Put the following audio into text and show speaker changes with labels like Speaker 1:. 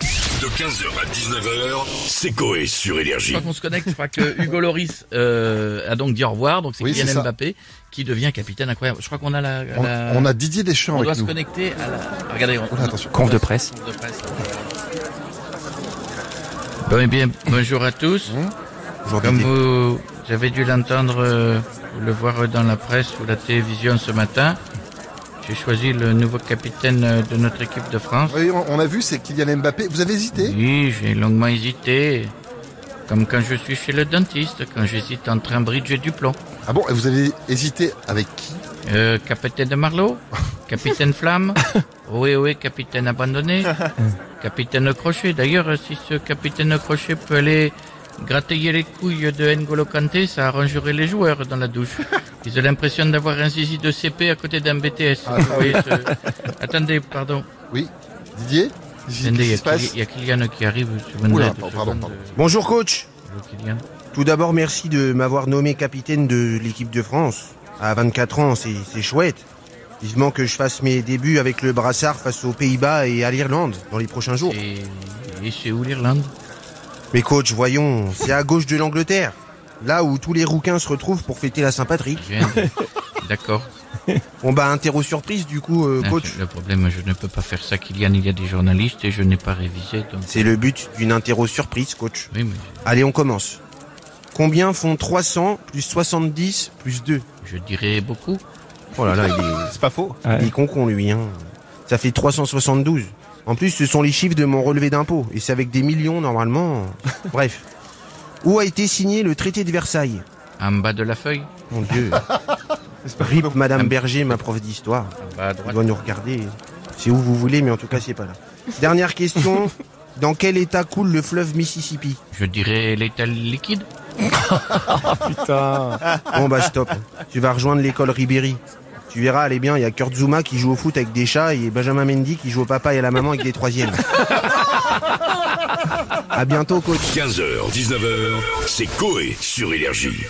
Speaker 1: De 15h à 19h, c'est Coé sur Énergie.
Speaker 2: Quand on se connecte, je crois que Hugo Loris euh, a donc dit au revoir. Donc c'est
Speaker 3: Oui, c'est
Speaker 2: Kylian
Speaker 3: ça.
Speaker 2: Mbappé qui devient capitaine incroyable. Je crois qu'on a la.
Speaker 3: On,
Speaker 2: la-
Speaker 3: on a Didier Deschamps
Speaker 2: on doit
Speaker 3: avec
Speaker 2: se
Speaker 3: nous.
Speaker 2: connecter à la. Ah, Regardez. On,
Speaker 3: Oula, attention.
Speaker 4: Conf de presse.
Speaker 2: de presse. Bon, eh bien, bonjour à tous.
Speaker 3: Bonjour,
Speaker 2: Comme
Speaker 3: Didier.
Speaker 2: vous avez dû l'entendre euh, ou le voir dans la presse ou la télévision ce matin, j'ai choisi le nouveau capitaine euh, de notre équipe de France.
Speaker 3: Oui, on, on a vu, c'est Kylian Mbappé. Vous avez hésité
Speaker 2: Oui, j'ai longuement hésité. Comme quand je suis chez le dentiste, quand j'hésite entre un bridge et du plomb.
Speaker 3: Ah bon, et vous avez hésité avec qui
Speaker 2: Euh, capitaine de Marlowe Capitaine Flamme Oui, oui, capitaine abandonné. capitaine Crochet. D'ailleurs, euh, si ce capitaine Crochet peut aller gratter les couilles de N'Golo Kanté, ça arrangerait les joueurs dans la douche. Ils ont l'impression d'avoir un zizi de CP à côté d'un BTS.
Speaker 3: Ah, ça,
Speaker 2: Oui, ce- Attendez, pardon.
Speaker 3: Oui, Didier Qu'est-ce
Speaker 2: Attendez, il
Speaker 3: qui
Speaker 2: y, a
Speaker 3: se passe
Speaker 2: Kyli- il y a Kylian qui arrive. je vous
Speaker 3: Oula,
Speaker 2: demande deux
Speaker 3: pardon,
Speaker 2: secondes.
Speaker 3: pardon.
Speaker 5: Bonjour coach.
Speaker 2: Allô, Kylian
Speaker 5: Tout d'abord merci de m'avoir nommé capitaine de l'équipe de France. À 24 ans, c'est c'est chouette. Vivement que je fasse mes débuts avec le brassard face aux Pays-Bas et à l'Irlande dans les prochains jours.
Speaker 2: Et, et c'est où l'Irlande
Speaker 5: Mais coach, voyons, c'est à gauche de l'Angleterre. Là où tous les rouquins se retrouvent pour fêter la Saint-Patrick.
Speaker 2: Je viens de- D'accord.
Speaker 5: Bon bah interro surprise du coup euh,
Speaker 2: Ah,
Speaker 5: coach.
Speaker 2: Le problème, je ne peux pas faire ça, Kylian. Il y a des journalistes et je n'ai pas révisé. Donc...
Speaker 5: C'est le but d'une interro surprise coach.
Speaker 2: Oui, mais
Speaker 5: Allez, on commence. Combien font 300 plus 70 plus 2
Speaker 2: je dirais beaucoup.
Speaker 5: Oh là là, il est
Speaker 6: C'est pas faux.
Speaker 5: Il est con con lui, hein. Ça fait 372. En plus, ce sont les chiffres de mon relevé d'impôt. Et c'est avec des millions normalement. Bref. Où a été signé le traité de Versailles
Speaker 2: En bas de la feuille,
Speaker 5: Mon Dieu. RIP Madame
Speaker 2: Un-
Speaker 5: Berger, ma prof d'histoire.
Speaker 2: en bas à
Speaker 5: Elle
Speaker 2: droite.
Speaker 5: doit nous regarder. C'est où vous voulez, mais en tout cas, c'est pas là. Dernière question. Dans quel état coule le fleuve Mississippi
Speaker 2: Je dirais l'état liquide.
Speaker 6: Putain.
Speaker 5: Bon bah stop. Tu vas rejoindre l'école Ribéry. Tu verras, elle est bien, il y a Kurt Zuma qui joue au foot avec des chats et Benjamin Mendy qui joue au papa et à la maman avec des troisièmes. À bientôt coach.
Speaker 1: 15h, 19h, c'est Coé sur Énergie.